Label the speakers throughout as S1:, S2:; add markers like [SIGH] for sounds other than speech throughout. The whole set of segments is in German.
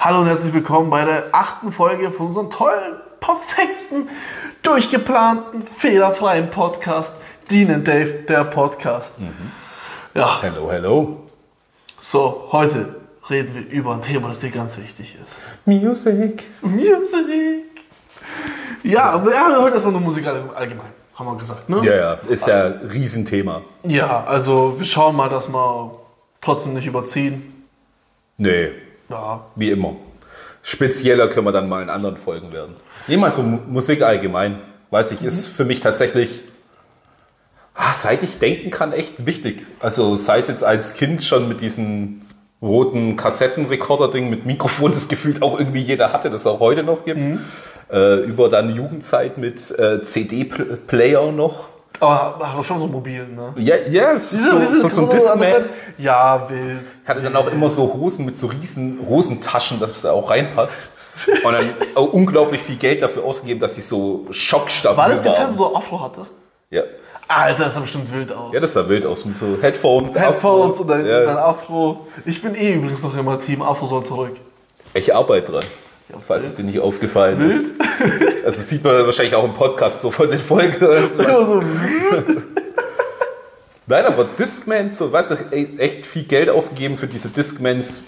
S1: Hallo und herzlich willkommen bei der achten Folge von unserem tollen, perfekten, durchgeplanten, fehlerfreien Podcast Dean and Dave, der Podcast.
S2: Mhm.
S1: Ja,
S2: Hello, hello.
S1: so, heute reden wir über ein Thema, das dir ganz wichtig ist.
S2: Music.
S1: Musik. Ja, aber ja, heute erstmal nur Musik allgemein, haben wir gesagt, ne?
S2: Ja, ja, ist ja ein Riesenthema.
S1: Ja, also wir schauen mal, dass wir trotzdem nicht überziehen.
S2: Nee,
S1: Ja,
S2: wie immer. Spezieller können wir dann mal in anderen Folgen werden. Niemals so Mu- Musik allgemein, weiß ich, ist für mich tatsächlich, ah, seit ich denken kann, echt wichtig. Also sei es jetzt als Kind schon mit diesen roten Kassettenrekorder-Ding mit Mikrofon, das gefühlt auch irgendwie jeder hatte, das es auch heute noch gibt. Äh, über dann Jugendzeit mit äh, CD-Player noch.
S1: aber aber schon so mobil, ne?
S2: Ja, ja, es ist so, so, so ein
S1: große
S2: Discman.
S1: Konzept. Ja, wild.
S2: Hatte dann auch immer so Hosen mit so riesen Hosentaschen, dass da auch reinpasst. Und dann auch unglaublich viel Geld dafür ausgegeben, dass ich so schockstabil
S1: War das die Zeit,
S2: waren.
S1: wo du Afro hattest?
S2: Ja.
S1: Alter, das sah bestimmt wild aus.
S2: ja, das sah wild aus mit so Headphones.
S1: Headphones
S2: Afro.
S1: und dann,
S2: ja.
S1: dann Afro. Ich bin eh übrigens noch immer Team Afro soll zurück.
S2: Ich arbeite dran, falls es dir nicht aufgefallen ist.
S1: [LAUGHS]
S2: Also das sieht man wahrscheinlich auch im Podcast so von den Folgen.
S1: Immer so,
S2: Nein, aber Discman, so, weißt du, e- echt viel Geld ausgegeben für diese Discmans,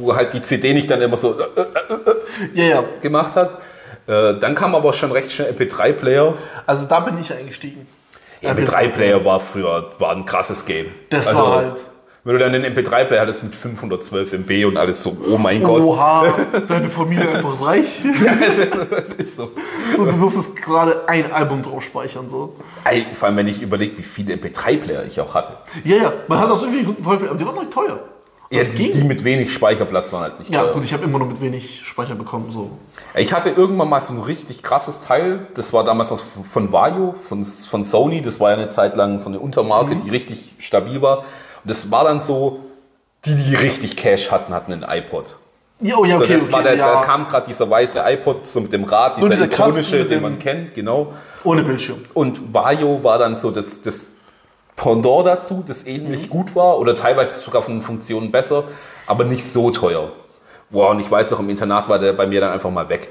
S2: wo halt die CD nicht dann immer so äh,
S1: ja, ja.
S2: gemacht hat. Äh, Dann kam aber schon recht schnell MP3-Player.
S1: Also da bin ich eingestiegen.
S2: MP3-Player war früher war ein krasses Game. Also,
S1: Das war halt-
S2: Wenn du dann den MP3-Player hattest mit 512 MB und alles so, oh mein Gott.
S1: Oha, deine Familie einfach reich. [LAUGHS]
S2: Ja, [LAUGHS] das ist so.
S1: So, du durftest gerade ein Album drauf speichern. So.
S2: Ey, Vor allem, wenn ich überlege, wie viele MP3-Player ich auch hatte.
S1: Ja, ja, man hat auch so viele guten Vollfilme, aber die waren noch nicht teuer.
S2: Ja,
S1: Das
S2: die,
S1: ging.
S2: die mit wenig Speicherplatz waren halt nicht
S1: Ja,
S2: teuer.
S1: gut, ich habe immer nur mit wenig Speicher bekommen. So.
S2: Ich hatte irgendwann mal so ein richtig krasses Teil. Das war damals noch von Vario, von, von Sony. Das war ja eine Zeit lang so eine Untermarke,
S1: Mhm.
S2: die richtig stabil war. Und das war dann so, die, die richtig Cash hatten, hatten einen iPod.
S1: Ja, oh, ja,
S2: So,
S1: okay,
S2: das
S1: okay,
S2: war der,
S1: ja.
S2: Da kam gerade dieser weiße iPod so mit dem Rad, dieser,
S1: dieser Kasten
S2: ikonische,
S1: mit
S2: den
S1: dem-
S2: man kennt, genau.
S1: Ohne Bildschirm.
S2: Und Vario war dann so das, das Pendant dazu, das ähnlich
S1: Mhm.
S2: gut war oder teilweise sogar von Funktionen besser, aber nicht so teuer. Wow, und ich weiß noch, im Internat war der bei mir dann einfach mal weg.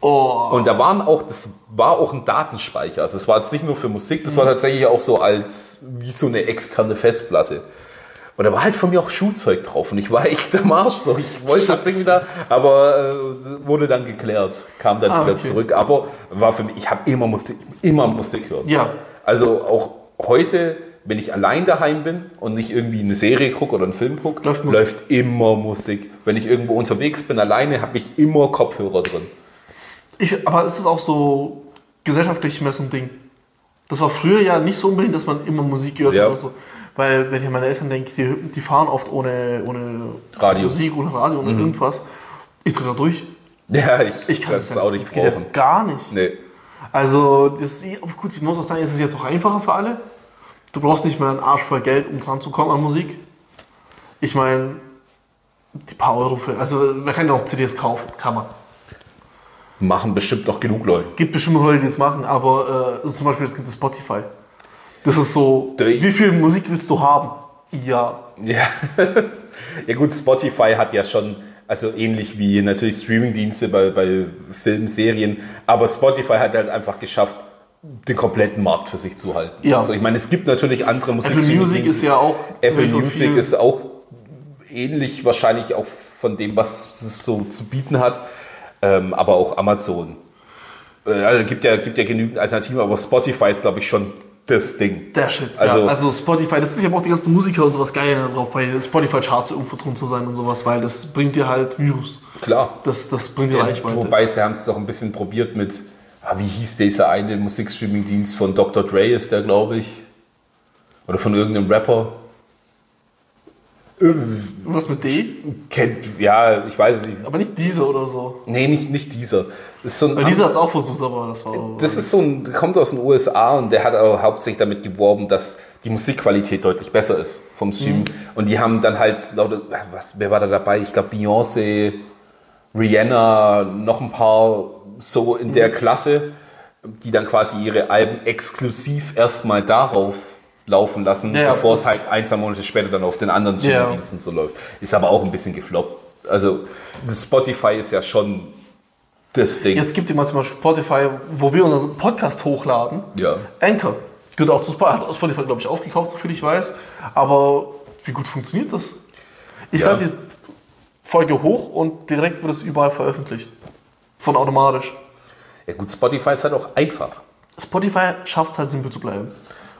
S1: Oh,
S2: Und da waren auch, das war auch ein Datenspeicher. Also es war jetzt nicht nur für Musik,
S1: Mhm.
S2: das war tatsächlich auch so als, wie so eine externe Festplatte. Und da war halt von mir auch Schulzeug drauf und ich war echt am Arsch. So. Ich wollte das Ding wieder, aber äh, wurde dann geklärt, kam dann
S1: Ah,
S2: wieder
S1: okay.
S2: zurück. Aber war für mich, ich habe immer Musik, immer Musik hören.
S1: ja.
S2: Also auch heute, wenn ich allein daheim bin und nicht irgendwie eine Serie gucke oder einen Film gucke,
S1: Läuft
S2: läuft,
S1: Musik.
S2: immer Musik. Wenn ich irgendwo unterwegs bin, alleine, habe ich immer Kopfhörer drin.
S1: Ich, aber ist es auch so gesellschaftlich mehr so ein Ding? Das war früher ja nicht so unbedingt, dass man immer Musik gehört
S2: Ja.
S1: hat oder so. Weil, wenn ich an meine Eltern denke, die, die fahren oft ohne, ohne
S2: Radio. Mhm.
S1: Musik, ohne Radio, ohne irgendwas. Ich drehe da durch.
S2: Ja, ich,
S1: Ich kann
S2: das auch nicht
S1: Das geht ja
S2: brauchen.
S1: gar nicht.
S2: Nee.
S1: Also, das, gut, ich muss auch sagen, es ist jetzt auch einfacher für alle. Du brauchst nicht mehr einen Arsch voll Geld, um dran zu kommen an Musik. Ich meine, die paar Euro für. Also, man kann ja auch CDs kaufen, kann man.
S2: Machen bestimmt noch genug Leute.
S1: Gibt bestimmt Leute, die das machen, aber äh, zum Beispiel, es gibt das Spotify. Das ist so,
S2: Der-
S1: wie viel Musik willst du haben? Ja.
S2: Ja. ja gut, Spotify hat ja schon, also ähnlich wie natürlich Streamingdienste bei, bei Filmen, Serien, aber Spotify hat halt einfach geschafft, den kompletten Markt für sich zu halten.
S1: Ja.
S2: Also ich meine, es gibt natürlich andere Musik.
S1: Apple Music ist ja auch.
S2: Apple
S1: wirklich
S2: Music
S1: viel-
S2: ist auch ähnlich wahrscheinlich auch von dem, was es so zu bieten hat, ähm, aber auch Amazon. Äh, also gibt ja, gibt ja genügend Alternativen, aber Spotify ist, glaube ich, schon das Ding.
S1: Der Shit. Also,
S2: Also-
S1: ja. also Spotify, das ist ja auch die ganzen Musiker und sowas geil ne, drauf, bei Spotify-Charts irgendwo drin zu sein und sowas, weil das bringt dir halt Views.
S2: Klar.
S1: Das, das bringt dir Reichweite.
S2: Wobei sie haben es doch ein bisschen probiert mit, ah, wie hieß dieser eine Musikstreaming-Dienst von Dr. Dre ist der, glaube ich. Oder von irgendeinem Rapper. Irgend-
S1: Was mit D?
S2: Kennt, ja, ich weiß es nicht.
S1: Aber nicht diese oder so.
S2: Nee, nicht, nicht dieser. Das ist so
S1: Weil
S2: ein
S1: diese hat es auch versucht, aber das war.
S2: Das ist so ein, kommt aus den USA und der hat auch hauptsächlich damit geworben, dass die Musikqualität deutlich besser ist vom Stream.
S1: Mhm.
S2: Und die haben dann halt, lauter, was, wer war da dabei? Ich glaube Beyoncé, Rihanna, noch ein paar so
S1: Mhm.
S2: in der Klasse, die dann quasi ihre Alben exklusiv erstmal darauf laufen lassen,
S1: Ja, ja,
S2: bevor es
S1: das-
S2: halt ein, zwei Monate später dann auf den anderen
S1: Ja.
S2: Streamingdiensten so läuft. Ist aber auch ein bisschen gefloppt. Also das Spotify ist ja schon das Ding.
S1: Jetzt gibt ihr mal zum Beispiel Spotify, wo wir unseren Podcast hochladen.
S2: Ja.
S1: Anchor. Gehört auch zu Spotify. Hat auch Spotify, glaube ich, aufgekauft, soviel ich weiß. Aber wie gut funktioniert das? Ich
S2: Ja.
S1: lade die Folge hoch und direkt wird es überall veröffentlicht. Von automatisch.
S2: Ja gut, Spotify ist halt auch einfach.
S1: Spotify schafft es halt simpel zu bleiben.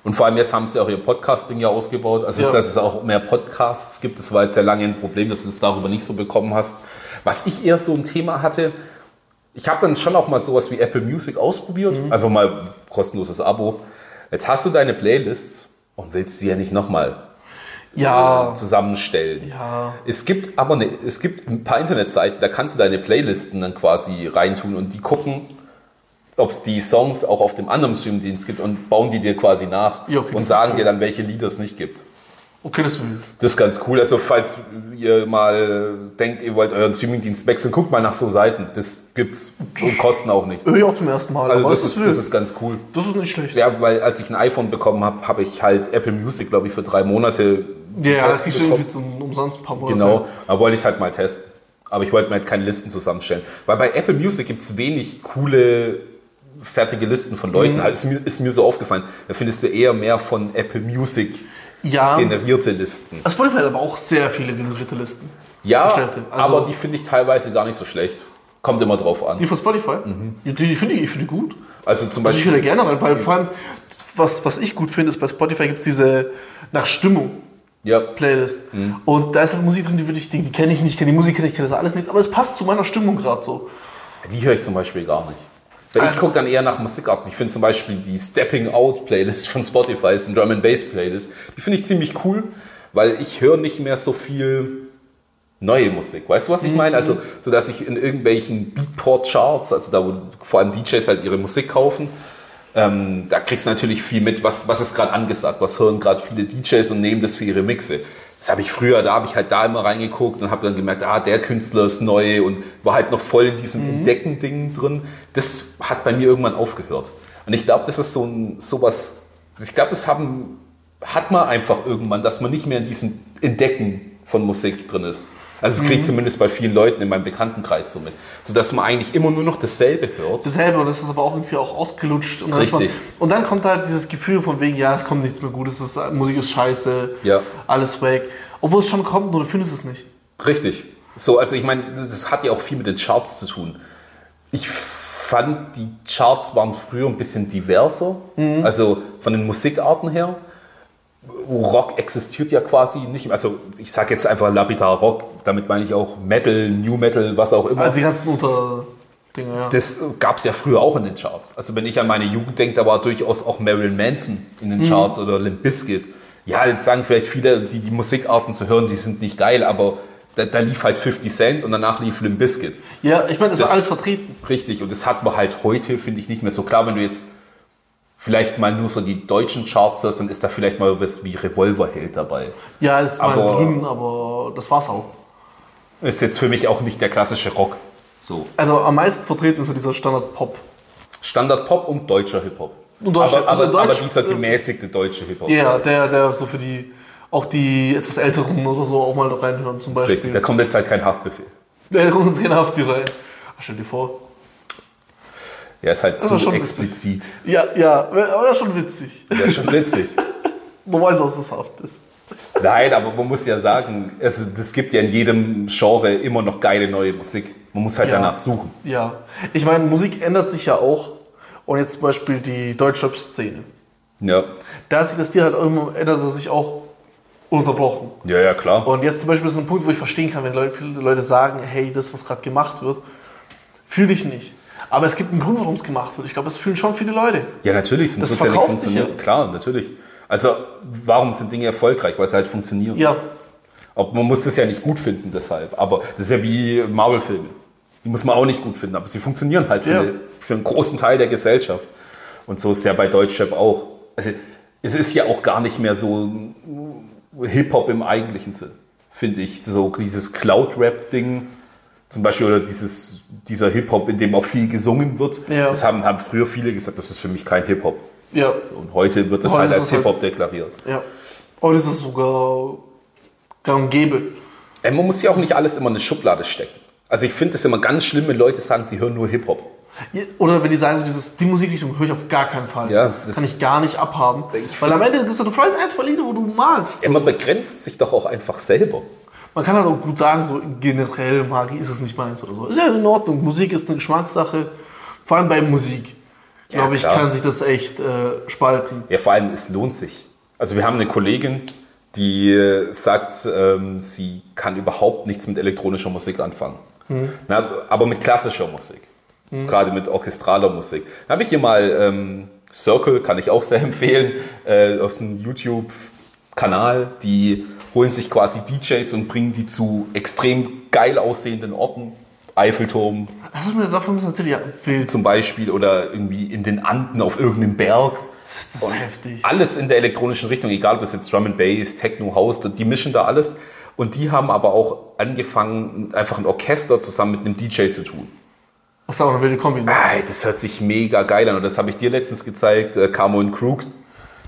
S2: Und vor allem jetzt haben sie auch ihr Podcasting ja ausgebaut. Also,
S1: Ja.
S2: dass es auch mehr Podcasts gibt. Das war jetzt sehr lange ein Problem, dass du es darüber nicht so bekommen hast. Was ich eher so ein Thema hatte, ich habe dann schon auch mal sowas wie Apple Music ausprobiert.
S1: Mhm.
S2: Einfach mal kostenloses Abo. Jetzt hast du deine Playlists und willst sie ja nicht nochmal
S1: Ja.
S2: zusammenstellen.
S1: Ah. Ja.
S2: Es gibt aber ne, es gibt ein paar Internetseiten, da kannst du deine Playlisten dann quasi reintun und die gucken, ob es die Songs auch auf dem anderen Streamdienst gibt und bauen die dir quasi nach
S1: Ja, okay, das
S2: und
S1: ist
S2: sagen
S1: cool.
S2: dir dann, welche Lieder es nicht gibt.
S1: Okay, das will.
S2: Das ist ganz cool. Also falls ihr mal denkt, ihr wollt euren Streamingdienst wechseln, guckt mal nach so Seiten. Das gibt's und kosten auch nicht.
S1: Höre ich auch zum ersten Mal.
S2: Also
S1: aber
S2: das
S1: es
S2: ist,
S1: wild.
S2: das ist ganz cool.
S1: das ist nicht schlecht.
S2: Ja, weil als ich ein iPhone bekommen habe, habe ich halt Apple Music, glaube ich, für drei Monate.
S1: Ja, das
S2: kostenlos
S1: kriegst du
S2: bekommen.
S1: irgendwie zum umsonst ein paar Monate.
S2: Genau, aber wollte ich es halt mal testen. Aber ich wollte mir halt keine Listen zusammenstellen. Weil bei Apple Music gibt es wenig coole, fertige Listen von Leuten.
S1: Mhm.
S2: Also Ist, mir, ist mir so aufgefallen. Da findest du eher mehr von Apple Music
S1: Ja. Also
S2: generierte Listen.
S1: Spotify hat aber auch sehr viele generierte Listen.
S2: Ja,
S1: Bestellte. Also-
S2: aber die finde ich teilweise gar nicht so schlecht. Kommt immer drauf
S1: Die
S2: an.
S1: von Spotify?
S2: Mhm.
S1: Die, die finde ich, ich finde die gut.
S2: Also zum
S1: Also ich
S2: Beispiel,
S1: höre gerne rein, weil vor allem, was, was ich gut finde, ist bei Spotify gibt es diese nach Stimmung
S2: ja,
S1: Playlist.
S2: Mhm.
S1: Und da ist halt Musik drin, die, würde ich- die, die kenne ich nicht, kenne die Musik kenne ich, kenne das alles nichts, aber es passt zu meiner Stimmung gerade so.
S2: die höre ich zum Beispiel gar nicht. Weil ich
S1: Ah.
S2: gucke dann eher nach Musikarten. Ich finde zum Beispiel die Stepping Out Playlist von Spotify, ist ein Drum and Bass Playlist, die finde ich ziemlich cool, weil ich höre nicht mehr so viel neue Musik. Weißt du, was ich meine? Also, so dass ich in irgendwelchen Beatport Charts, also da wo vor allem DJs halt ihre Musik kaufen, ähm, da kriegst du natürlich viel mit, was, was ist gerade angesagt, was hören gerade viele DJs und nehmen das für ihre Mixe. Das habe ich früher, da habe ich halt da immer reingeguckt und habe dann gemerkt, ah, der Künstler ist neu und war halt noch voll in diesem Entdecken-Ding drin. Das hat bei mir irgendwann aufgehört. Und ich glaube, das ist so ein, sowas, ich glaube, das haben, hat man einfach irgendwann, dass man nicht mehr in diesem Entdecken von Musik drin ist. Also das kriege ich zumindest bei vielen Leuten in meinem Bekanntenkreis so mit. Sodass man eigentlich immer nur noch dasselbe hört.
S1: Dasselbe und das ist aber auch irgendwie auch ausgelutscht. Und dann ist
S2: Richtig.
S1: Man, und dann kommt halt dieses Gefühl von wegen, ja, es kommt nichts mehr Gutes, das Musik ist scheiße,
S2: Ja.
S1: alles weg. Obwohl es schon kommt, nur du findest es nicht.
S2: Richtig. So, also ich meine, das hat ja auch viel mit den Charts zu tun. Ich fand, die Charts waren früher ein bisschen diverser, also von den Musikarten her. Rock existiert ja quasi nicht mehr. Also ich sage jetzt einfach lapidar Rock, damit meine ich auch Metal, New Metal, was auch immer.
S1: Also die ganzen Unterdinger, ja.
S2: Das gab es ja früher auch in den Charts. Also wenn ich an meine Jugend denke, da war durchaus auch Marilyn Manson in
S1: Mhm.
S2: den Charts oder Limp Bizkit. Ja, jetzt sagen vielleicht viele, die die Musikarten zu hören, die sind nicht geil, aber da, da lief halt 50 Cent und danach lief Limp Bizkit.
S1: Ja, ich meine, es war
S2: Das-
S1: alles vertreten.
S2: Richtig, und das hat man halt heute, finde ich, nicht mehr so klar. Wenn du jetzt vielleicht mal nur so die deutschen Charts hörst, dann ist da vielleicht mal was wie Revolverheld dabei.
S1: Ja, es war
S2: Aber-
S1: drin, aber das war's auch.
S2: Ist jetzt für mich auch nicht der klassische Rock. So.
S1: Also am meisten vertreten ist so dieser Standard-Pop.
S2: Standard Pop und deutscher Hip-Hop.
S1: Und deutscher-
S2: aber, aber,
S1: also
S2: aber
S1: deutsch-
S2: dieser gemäßigte deutsche Hip-Hop.
S1: Ja, der, der so für die, auch die etwas Älteren oder so auch mal reinhören zum Beispiel.
S2: Richtig, da kommt jetzt halt kein Haftbefehl.
S1: Der kommt uns genau auf die rein. Ach, Stell dir vor.
S2: Ja, ist halt
S1: war
S2: zu
S1: schon
S2: explizit.
S1: Ja, ja, wär- aber schon witzig. [LAUGHS]
S2: Der ist schon witzig.
S1: Man weiß, dass es Haft ist.
S2: Nein, aber man muss ja sagen, es, es gibt ja in jedem Genre immer noch geile neue Musik. Man muss halt
S1: Ja.
S2: danach suchen.
S1: Ja. Ich meine, Musik ändert sich ja auch. Und jetzt zum Beispiel die Deutschrap-Szene.
S2: Ja,
S1: Da hat sich das Stil halt irgendwann ändert, er sich auch unterbrochen.
S2: ja, ja klar.
S1: Und jetzt zum Beispiel ist ein Punkt, wo ich verstehen kann, wenn Leute, viele Leute sagen, hey, das, was gerade gemacht wird, fühle ich nicht. Aber es gibt einen Grund, warum es gemacht wird. Ich glaube, es fühlen schon viele Leute.
S2: ja, natürlich, sonst
S1: Das
S2: wird's ja nicht
S1: verkauft sich
S2: funktionieren. Klar, natürlich. Also, warum sind Dinge erfolgreich? Weil sie halt funktionieren.
S1: Ja,
S2: Ob, man muss das ja nicht gut finden deshalb, aber das ist ja wie Marvel-Filme. Die muss man auch nicht gut finden, aber sie funktionieren halt für,
S1: Ja.
S2: eine, für einen großen Teil der Gesellschaft. Und so ist es ja bei Deutschrap auch. Also, es ist ja auch gar nicht mehr so Hip-Hop im eigentlichen Sinn, finde ich. So dieses Cloud-Rap-Ding zum Beispiel oder dieses, dieser Hip-Hop, in dem auch viel gesungen wird.
S1: Ja.
S2: Das haben, haben früher viele gesagt, das ist für mich kein Hip-Hop.
S1: Ja,
S2: Und heute wird das
S1: Heute
S2: halt
S1: ist
S2: als
S1: es halt-
S2: Hip-Hop deklariert.
S1: ja. Aber das ist sogar gang und gäbe.
S2: Ey, Äh, man muss ja auch nicht alles immer in eine Schublade stecken. Also ich finde es immer ganz schlimm, wenn Leute sagen, sie hören nur Hip-Hop.
S1: Oder wenn die sagen, so dieses, die Musikrichtung höre ich auf gar keinen Fall.
S2: Ja, das-
S1: Kann ich gar nicht abhaben.
S2: Ich-
S1: Weil am Ende gibt es halt vielleicht ein, zwei Lieder, wo du magst.
S2: Ja, man begrenzt sich doch auch einfach selber.
S1: Man kann halt auch gut sagen, so generell mag ich, ist es nicht meins oder so. Ist ja in Ordnung. Musik ist eine Geschmackssache. Vor allem bei Musik.
S2: Ja,
S1: glaube ich,
S2: klar.
S1: kann sich das echt äh, spalten.
S2: Ja, vor allem, es lohnt sich. Also wir haben eine Kollegin, die äh, sagt, ähm, sie kann überhaupt nichts mit elektronischer Musik anfangen. Na, aber mit klassischer Musik. Gerade mit orchestraler Musik. Da habe ich hier mal ähm, Circle, kann ich auch sehr [LAUGHS] empfehlen, äh, aus einem YouTube-Kanal. Die holen sich quasi DJs und bringen die zu extrem geil aussehenden Orten. Eiffelturm,
S1: Das ist mir davon tatsächlich ja, wild.
S2: zum Beispiel oder irgendwie in den Anden auf irgendeinem Berg.
S1: Das ist heftig.
S2: Alles in der elektronischen Richtung, egal ob es jetzt Drum and Bass, Techno, House, die mischen da alles. Und die haben aber auch angefangen, einfach ein Orchester zusammen mit einem DJ zu tun.
S1: Das ist auch eine wilde Kombi. Ne?
S2: Ey, das hört sich mega geil an. Und das habe ich dir letztens gezeigt. Äh, Camo und Krug,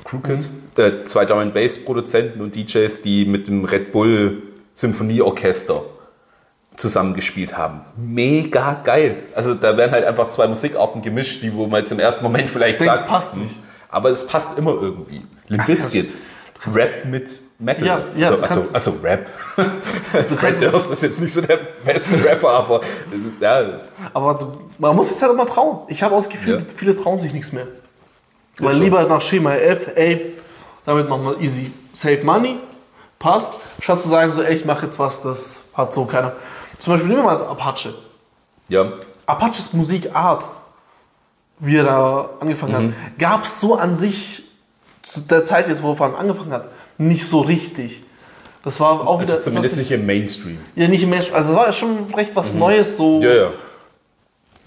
S2: Crooked,
S1: Mhm.
S2: äh, zwei Drum and Bass Produzenten und DJs, die mit dem Red Bull Symphonieorchester zusammengespielt haben. Mega geil. Also da werden halt einfach zwei Musikarten gemischt, die wo man jetzt im ersten Moment vielleicht
S1: Denkt,
S2: sagt,
S1: passt
S2: hm,
S1: nicht.
S2: Aber es passt immer irgendwie. Limp
S1: Ach, das-
S2: Bizkit. Rap mit Metal.
S1: Ja, ja,
S2: also,
S1: du
S2: also,
S1: kannst-
S2: also Rap. [LAUGHS]
S1: Du
S2: Fred
S1: kannst es,
S2: Durst ist jetzt nicht so der beste Rapper, aber äh, ja,
S1: aber du, man muss jetzt halt immer trauen. Ich habe auch das Gefühl,
S2: Ja.
S1: viele trauen sich nichts mehr. Weil
S2: so.
S1: lieber nach Schema F, ey, damit machen wir easy. Save money, passt. Statt zu sagen, so, ey, ich mache jetzt was, das hat so keiner. Zum Beispiel nehmen wir mal das Apache.
S2: ja.
S1: Apaches Musikart, wie er da angefangen
S2: Mhm.
S1: hat, gab es so an sich zu der Zeit jetzt, wo er angefangen hat, nicht so richtig. Das war auch
S2: Also
S1: wieder.
S2: zumindest
S1: das hat sich-
S2: nicht Mhm. im Mainstream.
S1: Ja, nicht im Mensch. Also es war schon recht was Neues, so.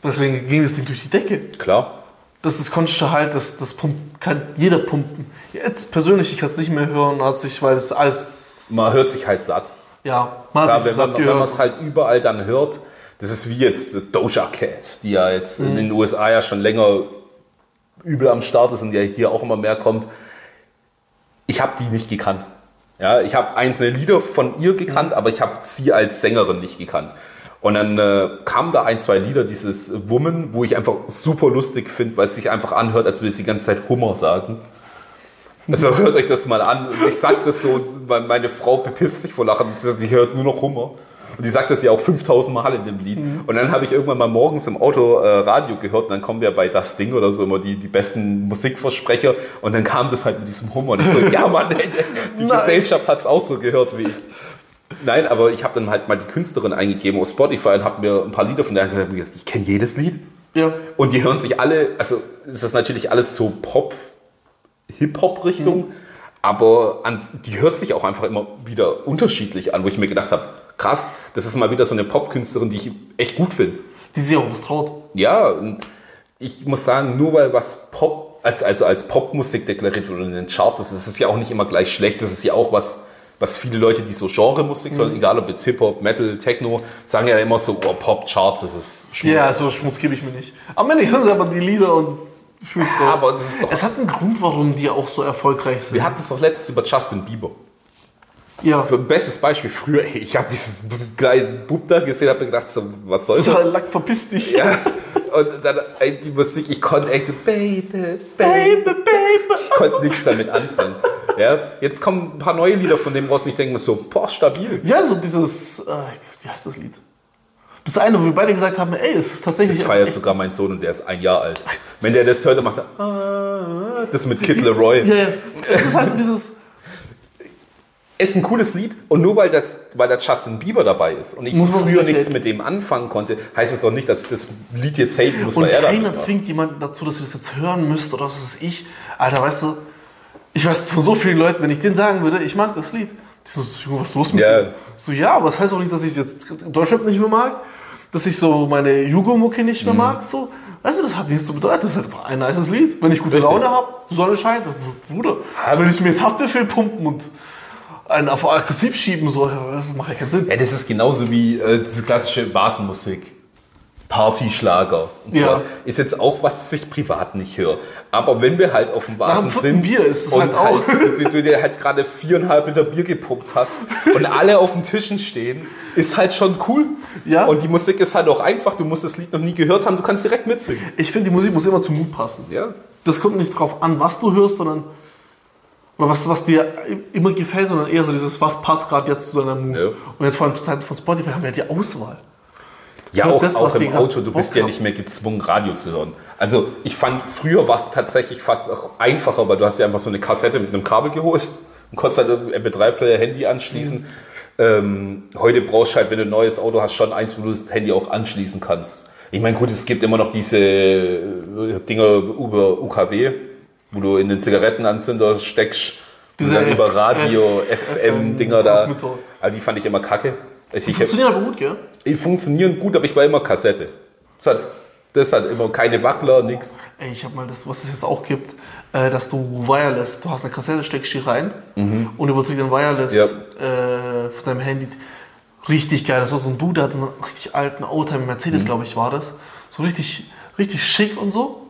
S1: Deswegen ging das Ding durch die Decke.
S2: klar.
S1: Das, das konntest du halt, das, das pumpt, kann jeder pumpen. Jetzt persönlich, ich kann es nicht mehr hören, als ich, weil es alles,
S2: Man hört sich halt satt.
S1: ja, mal
S2: Klar, wenn man wenn man es halt überall dann hört, das ist wie jetzt Doja Cat, die ja jetzt in den USA ja schon länger übel am Start ist und ja hier auch immer mehr kommt. Ich habe die nicht gekannt. Ja, ich habe einzelne Lieder von ihr gekannt, aber ich habe sie als Sängerin nicht gekannt. Und dann äh, kamen da ein, zwei Lieder, dieses Woman, wo ich einfach super lustig finde, weil es sich einfach anhört, als würde sie die ganze Zeit Hummer sagen. Also hört euch das mal an. Und Ich sag das so, weil meine Frau bepisst sich vor Lachen. Sie sagt, die hört nur noch Hummer. Und die sagt das ja auch 5000 Mal in dem Lied. Und dann habe ich irgendwann mal morgens im Auto äh, Radio gehört und dann kommen ja bei Das Ding oder so immer die, die besten Musikversprecher. Und dann kam das halt mit diesem Hummer. Und ich so, ja Mann, ey, die
S1: Nice.
S2: Gesellschaft hat's auch so gehört wie ich. Nein, aber ich habe dann halt mal die Künstlerin eingegeben auf Spotify und habe mir ein paar Lieder von der angehört. und hab gesagt, Ich kenne jedes Lied.
S1: ja,
S2: Und die hören sich alle, also es ist natürlich alles so Pop,
S1: Mhm.
S2: Hip-Hop-Richtung, aber an, die hört sich auch einfach immer wieder unterschiedlich an, wo ich mir gedacht habe, krass, das ist mal wieder so eine Pop-Künstlerin, die ich echt gut finde.
S1: die sich auch was traut.
S2: Ja, und ich muss sagen, nur weil was Pop, als, also als Popmusik deklariert wird und in den Charts ist, ist es ja auch nicht immer gleich schlecht. Das ist ja auch was, was viele Leute, die so Genremusik hören,
S1: Mhm.
S2: egal ob jetzt Hip-Hop, Metal, Techno, sagen ja immer so, oh, Pop-Charts, das ist schmutz.
S1: Ja, so Schmutz gebe ich mir nicht. Am Ende hören sie aber die Lieder und fühlst
S2: Ja,
S1: drauf.
S2: aber das ist doch
S1: es hat einen Grund, warum die auch so erfolgreich sind.
S2: Wir hatten es doch letztens über Justin Bieber.
S1: ja.
S2: Für ein bestes Beispiel früher, ey, ich habe diesen geilen Bub da gesehen, habe mir gedacht, so, was soll
S1: So,
S2: das?
S1: Lack, halt verpiss dich.
S2: Ja. Und dann ey, die Musik, ich konnte echt, Baby,
S1: Baby,
S2: Baby,
S1: baby.
S2: ich konnte nichts damit anfangen. Ja, jetzt kommen ein paar neue Lieder von dem raus und ich denke mir so, boah, stabil.
S1: Ja, so dieses, äh, wie heißt das Lied? Das eine, wo wir beide gesagt haben, ey, es ist tatsächlich...
S2: Das feiert sogar mein Sohn und der ist ein Jahr alt. Wenn der das hört, dann macht er, ah, das mit Kid Leroy.
S1: ja, ja. Es ist halt so dieses...
S2: ist ein cooles Lied und nur weil das, weil da Justin Bieber dabei ist und ich
S1: Muss man sich
S2: früher
S1: nicht
S2: nichts
S1: haten.
S2: mit dem anfangen konnte, heißt es doch nicht, dass ich das Lied jetzt haten muss,
S1: Und
S2: weil er da
S1: keiner
S2: war.
S1: zwingt jemanden dazu, dass ihr das jetzt hören müsst oder was weiß ich. Alter, weißt du, ich weiß von so vielen Leuten, wenn ich denen sagen würde, ich mag das Lied, die so, Junge, was ist los mit
S2: Ja.
S1: dir? So, ja, aber das heißt auch nicht, dass ich es jetzt in Deutschland nicht mehr mag, dass ich so meine Jugo-Mucke nicht
S2: Mhm.
S1: mehr mag, so. Weißt du, das hat nichts zu bedeuten. Das ist einfach ein nices Lied. Wenn ich gute
S2: Richtig. Ah.
S1: Laune habe, Sonne scheint, dann, Bruder. Wenn ich mir jetzt Haftbefehl pumpen und einen auf aggressiv schieben soll, ja, das macht ja keinen Sinn.
S2: Ja, das ist genauso wie äh, diese klassische Vasenmusik. Partyschlager und
S1: Ja.
S2: sowas. Ist jetzt auch was, was ich privat nicht höre. Aber wenn wir halt auf dem
S1: einem
S2: Vasen
S1: vierten
S2: sind
S1: Bier ist es
S2: und
S1: halt auch.
S2: du, du dir halt gerade viereinhalb Liter Bier gepumpt hast und alle auf den Tischen stehen, ist halt schon cool.
S1: Ja.
S2: Und die Musik ist halt auch einfach. Du musst das Lied noch nie gehört haben. Du kannst direkt mitsingen.
S1: Ich finde, die Musik muss immer zum Mut passen.
S2: Ja.
S1: Das kommt nicht drauf an, was du hörst, sondern oder was, was dir i- immer gefällt, sondern eher so dieses, was passt gerade jetzt zu deiner Mut.
S2: Ja.
S1: Und jetzt vor allem zur Zeit von Spotify haben wir die Auswahl.
S2: Ja,
S1: Nur
S2: auch,
S1: das,
S2: auch
S1: was sie
S2: im
S1: grad
S2: Auto, du bist
S1: Bock
S2: ja
S1: haben.
S2: nicht mehr gezwungen, Radio zu hören. Also ich fand, früher war es tatsächlich fast auch einfacher, weil du hast ja einfach so eine Kassette mit einem Kabel geholt und konntest halt im MP3-Player Handy anschließen. Ähm, heute brauchst du halt, wenn du ein neues Auto hast, schon eins, wo du das Handy auch anschließen kannst. Ich meine, gut, es gibt immer noch diese äh, Dinger über UKW, wo du in den Zigarettenanzünder steckst
S1: Diese
S2: und dann
S1: F-
S2: über Radio, FM-Dinger da.
S1: Transmitter.
S2: Aber die fand ich immer kacke. Also ich hab-
S1: Funktioniert aber gut, gell?
S2: die funktionieren gut, aber ich war immer Kassette. Das hat, das hat immer keine Wackler, nix.
S1: Ey, ich habe mal das, was es jetzt auch gibt, äh, dass du wireless, du hast eine Kassette, steckst die rein und überträgst dann wireless
S2: Mhm. Ja.
S1: äh, von deinem Handy. Richtig geil. Das war so ein Dude, der hat einen richtig alten Oldtimer Mercedes,
S2: Mhm.
S1: glaube ich, war das. So richtig, richtig schick und so.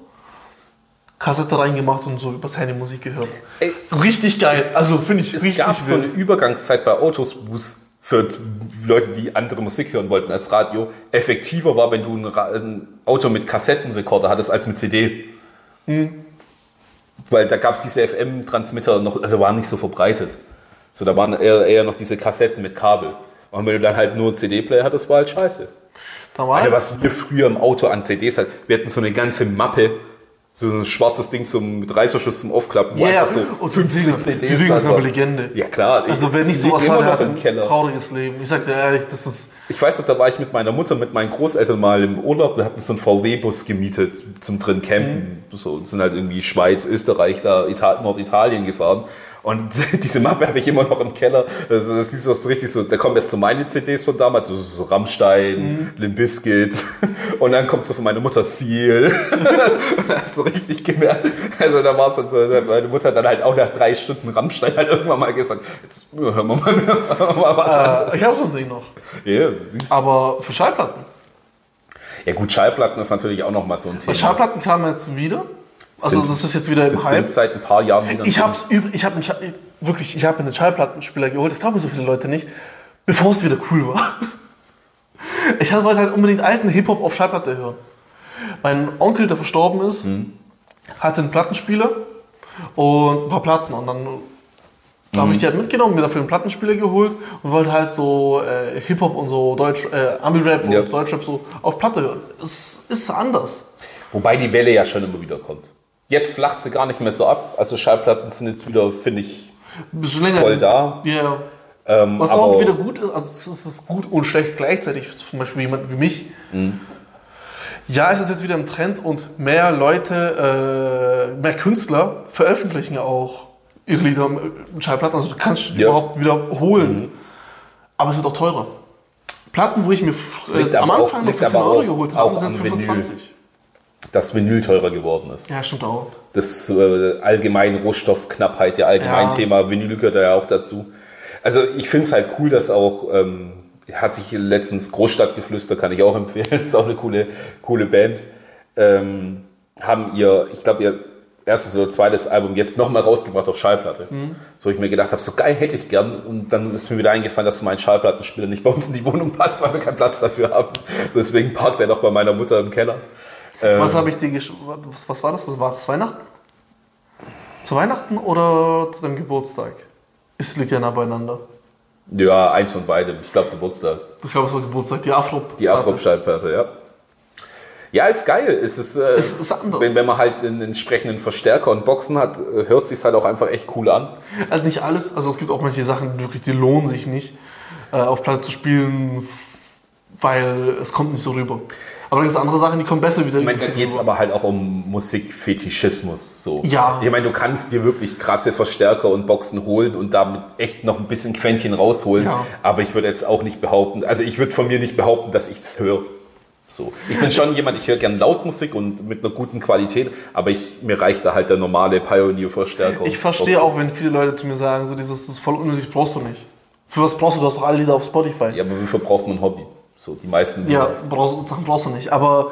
S1: Kassette reingemacht und so übers Handy Musik gehört.
S2: Ey,
S1: richtig geil. also finde ich
S2: Es
S1: richtig
S2: gab so eine
S1: wild.
S2: Übergangszeit bei Autos, wo es für Leute, die andere Musik hören wollten als Radio, effektiver war, wenn du ein, Ra ein Auto mit Kassettenrekorder hattest als mit CD.
S1: Mhm.
S2: Weil da gab es diese FM-Transmitter noch, also waren nicht so verbreitet. So, da waren eher, eher noch diese Kassetten mit Kabel. Und wenn du dann halt nur CD-Player hattest, war halt scheiße.
S1: Da war
S2: Alter, was wir früher im Auto an CDs hatten, wir hatten so eine ganze Mappe, so ein schwarzes Ding zum mit Reißverschluss zum Aufklappen, wo
S1: Ja, ja.
S2: einfach so
S1: Und
S2: 50
S1: die Dinger-
S2: CDs.
S1: die Dinger
S2: dran
S1: sind aber
S2: waren.
S1: Legende.
S2: Ja klar. die
S1: also wenn ich
S2: liegen
S1: sowas
S2: immer
S1: hatte,
S2: noch
S1: hatte
S2: im
S1: ein
S2: Keller.
S1: trauriges Leben. Ich sag dir ehrlich, das ist
S2: Ich weiß noch, da war ich mit meiner Mutter, mit meinen Großeltern mal im Urlaub, wir hatten so einen VW-Bus gemietet zum drin campen, so und sind halt irgendwie Schweiz, Österreich, da Ital Norditalien gefahren. Und [LAUGHS] diese Mappe habe ich immer noch im Keller. Also das ist auch so richtig so, da kommen jetzt so meine CDs von damals, so, so Rammstein, Limp Bizkit. [LAUGHS] Und dann kommt so von meiner Mutter Seal. [LAUGHS] Und da hast du richtig gemerkt. Also da war es dann so, meine Mutter hat dann halt auch nach drei Stunden Rammstein halt irgendwann mal gesagt, jetzt hören wir mal, [LAUGHS] hören wir mal was an.
S1: äh, ich habe so ein Ding noch.
S2: Ja,
S1: Aber für Schallplatten.
S2: Ja gut, Schallplatten ist natürlich auch nochmal so ein Thema.
S1: Bei Schallplatten kam jetzt wieder. Also das ist jetzt wieder im
S2: Das sind
S1: Hype.
S2: seit ein paar Jahren wieder.
S1: Ich hab's üb ich hab einen Scha- wirklich, ich habe einen Schallplattenspieler geholt. Das glauben so viele Leute nicht, bevor es wieder cool war. [LAUGHS] Ich hab- wollte halt unbedingt alten Hip Hop auf Schallplatte hören. Mein Onkel, der verstorben ist,
S2: Mhm.
S1: hatte einen Plattenspieler und ein paar Platten und dann da
S2: Mhm.
S1: habe ich die halt mitgenommen, mir dafür einen Plattenspieler geholt und wollte halt so äh, Hip Hop und so Deutsch, äh, Ami-Rap
S2: Ja.
S1: und Deutschrap so auf Platte hören. Es ist anders.
S2: Wobei die Welle ja schon immer wieder kommt. Jetzt flacht sie gar nicht mehr so ab. Also Schallplatten sind jetzt wieder, finde ich,
S1: Bist du länger
S2: Voll da.
S1: Ja.
S2: ähm,
S1: Was
S2: aber
S1: auch wieder gut ist, also es ist gut und schlecht gleichzeitig, zum Beispiel jemand wie mich.
S2: Mhm.
S1: Ja, es ist jetzt wieder im Trend und mehr Leute, äh, mehr Künstler veröffentlichen auch ihre Lieder in Schallplatten. Also du kannst die
S2: Ja. Mhm.
S1: überhaupt wiederholen. Aber es wird auch teurer. Platten, wo ich mir
S2: Liegt
S1: äh, am
S2: aber auch-
S1: Anfang noch
S2: liegt
S1: 14
S2: aber
S1: Euro
S2: auch-
S1: geholt
S2: auch
S1: habe, sind es
S2: am Vinyl.
S1: 25.
S2: das Vinyl teurer geworden ist.
S1: Ja, stimmt auch.
S2: Das äh, allgemeine Rohstoffknappheit, ja allgemein
S1: Ja.
S2: Thema Vinyl gehört da ja auch dazu. Also ich finde es halt cool, dass auch, ähm, hat sich letztens Großstadtgeflüster, kann ich auch [LAUGHS] empfehlen, ist auch eine coole, coole Band, ähm, haben ihr, ich glaube ihr erstes oder zweites Album jetzt nochmal rausgebracht auf Schallplatte. So ich mir gedacht habe, so geil hätte ich gern und dann ist mir wieder eingefallen, dass mein Schallplattenspieler nicht bei uns in die Wohnung passt, weil wir keinen Platz dafür haben. Deswegen parkt er noch bei meiner Mutter im Keller.
S1: Was
S2: Äh.
S1: habe ich dir gesch was, was war das? Was war das? Weihnachten? Zu Weihnachten oder zu deinem Geburtstag? Es liegt ja nah beieinander.
S2: Ja, eins von beidem. Ich glaube Geburtstag.
S1: Ich glaube, es war Geburtstag, die Afro.
S2: Die Afro-Schallplatte, ja. Ja, ist geil. Es ist, äh,
S1: Es ist anders.
S2: Wenn, wenn man halt den entsprechenden Verstärker und Boxen hat, äh, hört sich halt auch einfach echt cool an.
S1: Also nicht alles, also es gibt auch manche Sachen, die wirklich, die lohnen sich nicht, äh, auf Platte zu spielen, weil es kommt nicht so rüber. Aber dann gibt es andere Sachen, die kommen besser wieder.
S2: Ich meine, da
S1: rüber.
S2: geht es aber halt auch um Musikfetischismus. So.
S1: Ja.
S2: Ich meine, du kannst dir wirklich krasse Verstärker und Boxen holen und damit echt noch ein bisschen Quäntchen rausholen.
S1: Ja.
S2: Aber ich würde jetzt auch nicht behaupten, also ich würde von mir nicht behaupten, dass ich das höre. So. Ich bin schon jemand, ich höre gern Lautmusik und mit einer guten Qualität, aber ich, mir reicht da halt der normale Pioneer-Verstärker.
S1: Ich
S2: und
S1: verstehe
S2: Boxen.
S1: auch, wenn viele Leute zu mir sagen, so dieses, das ist voll unnötig, brauchst du nicht. Für was brauchst du? Du hast doch alle Lieder auf Spotify.
S2: Ja, aber wofür braucht man ein Hobby? So die meisten.
S1: Ja, brauchst, Sachen brauchst du nicht. Aber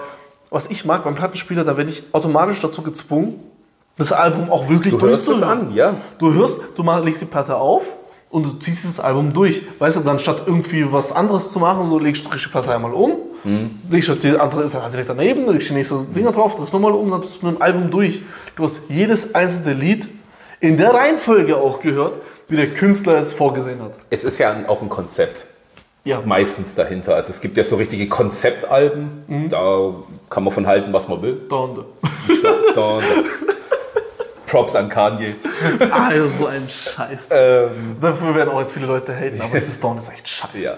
S1: was ich mag beim Plattenspieler, da werde ich automatisch dazu gezwungen, das Album auch wirklich
S2: du hörst es an, ja.
S1: Du hörst, du mach, legst die Platte auf und du ziehst das Album durch. Weißt du, dann statt irgendwie was anderes zu machen, so legst du die Platte einmal um,
S2: Mhm.
S1: legst du die andere ist dann halt direkt daneben, legst die nächste Dinger drauf, drückst nochmal um, dann bist du mit dem Album durch. Du hast jedes einzelne Lied in der Reihenfolge auch gehört, wie der Künstler es vorgesehen hat.
S2: Es ist ja ein, auch ein Konzept.
S1: Ja,
S2: meistens dahinter. Also es gibt ja so richtige Konzeptalben, da kann man von halten, was man will. [LAUGHS]
S1: Donde.
S2: Da, da, da. Props an Kanye.
S1: Ah, das ist so ein Scheiß.
S2: Ähm,
S1: Dafür werden auch jetzt viele Leute haten, aber es ist Dawn ist echt scheiße.
S2: ja.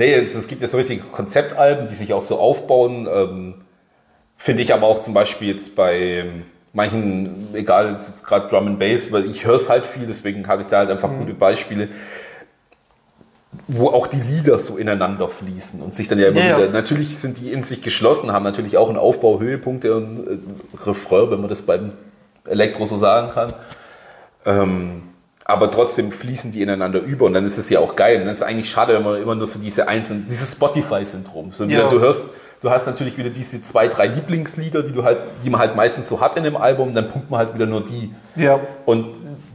S2: Nee, es, es gibt ja so richtige Konzeptalben, die sich auch so aufbauen. Ähm, Finde ich aber auch zum Beispiel jetzt bei manchen, egal, es ist jetzt gerade Drum and Bass, weil ich höre es halt viel, deswegen habe ich da halt einfach gute Beispiele, wo auch die Lieder so ineinander fließen und sich dann ja immer
S1: Ja, ja.
S2: wieder, natürlich sind die in sich geschlossen, haben natürlich auch einen Aufbau, Höhepunkte und äh, Refrain, wenn man das beim Elektro so sagen kann. Ähm, aber trotzdem fließen die ineinander über und dann ist es ja auch geil. Und dann ist es eigentlich schade, wenn man immer nur so diese einzelnen, dieses Spotify-Syndrom. So,
S1: Ja.
S2: Du hörst, du hast natürlich wieder diese zwei, drei Lieblingslieder, die du halt, die man halt meistens so hat in dem Album, dann pumpt man halt wieder nur die.
S1: Ja.
S2: Und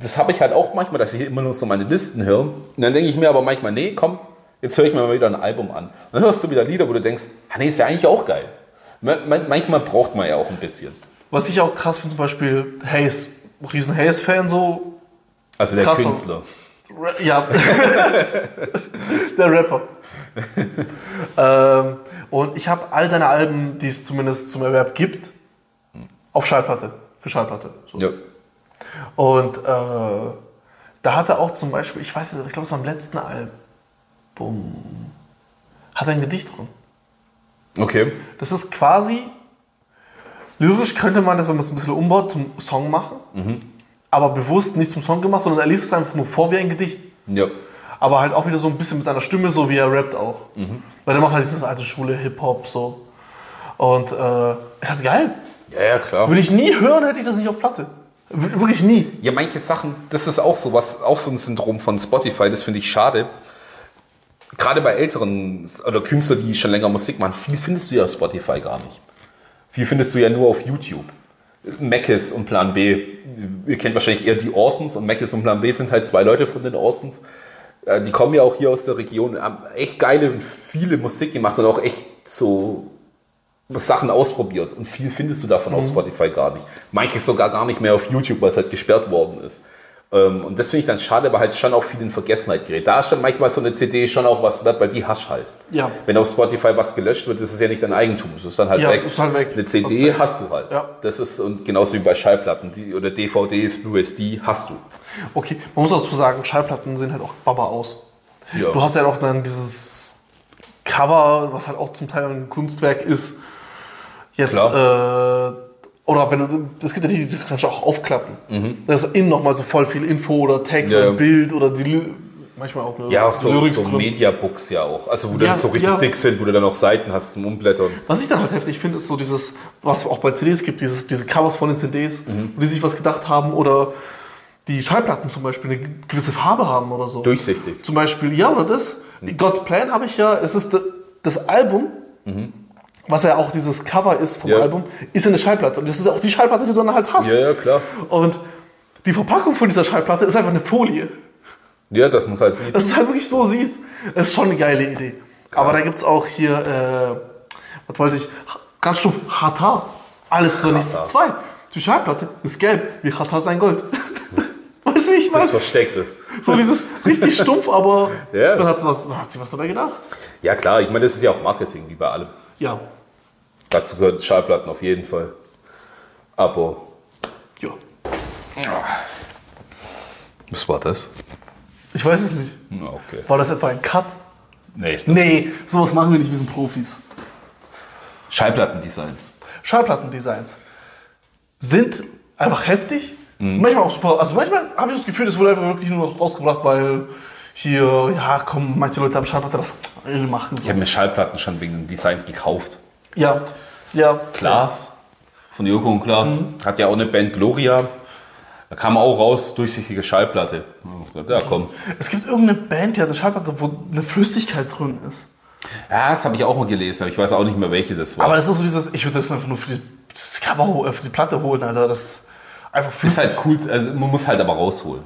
S2: das habe ich halt auch manchmal, dass ich immer nur so meine Listen höre. Und dann denke ich mir aber manchmal, nee, komm, jetzt höre ich mir mal wieder ein Album an. Und dann hörst du wieder Lieder, wo du denkst, ah nee, ist ja eigentlich auch geil. Man- man- Manchmal braucht man ja auch ein bisschen.
S1: Was ich auch krass finde, zum Beispiel Hayes, riesen Hayes-Fan so,
S2: Also der
S1: Krasser.
S2: Künstler.
S1: Ra- ja, der Rapper. ähm, und ich habe all seine Alben, die es zumindest zum Erwerb gibt, auf Schallplatte, für Schallplatte. So.
S2: Ja.
S1: Und äh, da hat er auch zum Beispiel, ich weiß nicht, ich glaube, es war im letzten Album, hat er ein Gedicht drin.
S2: Okay.
S1: Das ist quasi, lyrisch könnte man das, wenn man es ein bisschen umbaut, zum Song machen. Aber bewusst nicht zum Song gemacht, sondern er liest es einfach nur vor wie ein Gedicht.
S2: Ja.
S1: Aber halt auch wieder so ein bisschen mit seiner Stimme, so wie er rappt auch. Weil der macht halt dieses alte Schule, Hip-Hop, so. Und äh, ist halt geil.
S2: Ja, ja, klar.
S1: Würde ich nie hören, hätte ich das nicht auf Platte. Wir- Wirklich nie.
S2: Ja, manche Sachen, das ist auch so was, auch so ein Syndrom von Spotify, das finde ich schade. Gerade bei älteren oder Künstlern, die schon länger Musik machen, viel findest du ja auf Spotify gar nicht. Viel findest du ja nur auf YouTube. Mackes und Plan B. Ihr kennt wahrscheinlich eher die Orsons und Mackes und Plan B sind halt zwei Leute von den Orsons. Äh, Die kommen ja auch hier aus der Region, haben echt geile und viele Musik gemacht und auch echt so Sachen ausprobiert und viel findest du davon auf Spotify gar nicht. Manche sogar gar nicht mehr auf YouTube, weil es halt gesperrt worden ist. Ähm, und das finde ich dann schade, weil halt schon auch viel in Vergessenheit gerät. Da ist dann manchmal so eine CD schon auch was wert, weil die hast halt.
S1: Ja.
S2: Wenn auf Spotify was gelöscht wird, ist es ja nicht dein Eigentum. Es ist dann halt
S1: Ja,
S2: weg.
S1: ist halt weg.
S2: Eine CD hast du halt.
S1: Ja.
S2: Das ist und genauso wie bei Schallplatten die, oder DVDs, Blu-rays, die hast du.
S1: Okay, man muss dazu sagen, Schallplatten sehen halt auch Baba aus.
S2: Ja.
S1: Du hast ja auch dann dieses Cover, was halt auch zum Teil ein Kunstwerk ist. Jetzt, äh, oder wenn du, es gibt ja die, die kannst du auch aufklappen. Da ist innen nochmal so voll viel Info oder Text
S2: Mhm. Ja.
S1: oder Bild oder die, Ly- manchmal auch eine
S2: ja, auch so,
S1: Lyrics
S2: so
S1: drin.
S2: Mediabooks ja auch. Also wo
S1: Ja,
S2: dann so richtig
S1: ja.
S2: dick sind, wo du dann auch Seiten hast zum Umblättern.
S1: Was ich dann halt heftig finde, ist so dieses, was auch bei CDs gibt, dieses, diese Covers von den CDs,
S2: Mhm.
S1: wo die sich was gedacht haben oder die Schallplatten zum Beispiel eine gewisse Farbe haben oder so.
S2: Durchsichtig.
S1: Zum Beispiel, ja, oder das? God's Plan habe ich ja, es ist d- das Album, was ja auch dieses Cover ist vom
S2: Ja.
S1: Album, ist ja eine Schallplatte. Und das ist auch die Schallplatte, die du dann halt hast.
S2: Ja, ja, klar.
S1: Und die Verpackung von dieser Schallplatte ist einfach eine Folie.
S2: Ja, das muss halt sieht.
S1: Dass du es halt wirklich so siehst. Das ist schon eine geile Idee. Aber da gibt es auch hier, äh, was wollte ich, ganz stumpf, Hata. Alles oder nichts zwei. Die Schallplatte ist gelb, wie Hata sein Gold. [LAUGHS] weißt du, wie ich meine?
S2: Das versteckt ist.
S1: So dieses richtig stumpf, aber
S2: [LAUGHS] Ja.
S1: dann hat sie, was, hat sie was dabei gedacht.
S2: Ja, klar, ich meine, das ist ja auch Marketing, wie bei allem.
S1: Ja.
S2: Dazu gehören Schallplatten auf jeden Fall. Aber. oh.
S1: ja.
S2: Was war das?
S1: Ich weiß es nicht.
S2: Okay.
S1: War das etwa ein Cut?
S2: Nee.
S1: Nee, sowas machen wir nicht, wir sind Profis.
S2: Schallplattendesigns.
S1: Schallplattendesigns sind einfach heftig.
S2: Mhm.
S1: Manchmal auch super. Also manchmal habe ich das Gefühl, das wurde einfach wirklich nur noch rausgebracht, weil hier, ja, komm, manche Leute haben Schallplatte das machen.
S2: Ich
S1: So.
S2: habe mir Schallplatten schon wegen den Designs gekauft.
S1: Ja, ja.
S2: Klaas von Joko und Klaas
S1: Mhm.
S2: hat ja auch eine Band Gloria. Da kam auch raus, durchsichtige Schallplatte. Ja, komm.
S1: Es gibt irgendeine Band, die hat eine Schallplatte, wo eine Flüssigkeit drin ist.
S2: Ja, das habe ich auch mal gelesen, aber ich weiß auch nicht mehr, welche das war.
S1: Aber das ist so dieses, ich würde das einfach nur für die, das Cover, ho- äh, für die Platte holen, Alter. Das ist einfach
S2: ist
S1: flüssig.
S2: halt cool, also man muss halt aber rausholen.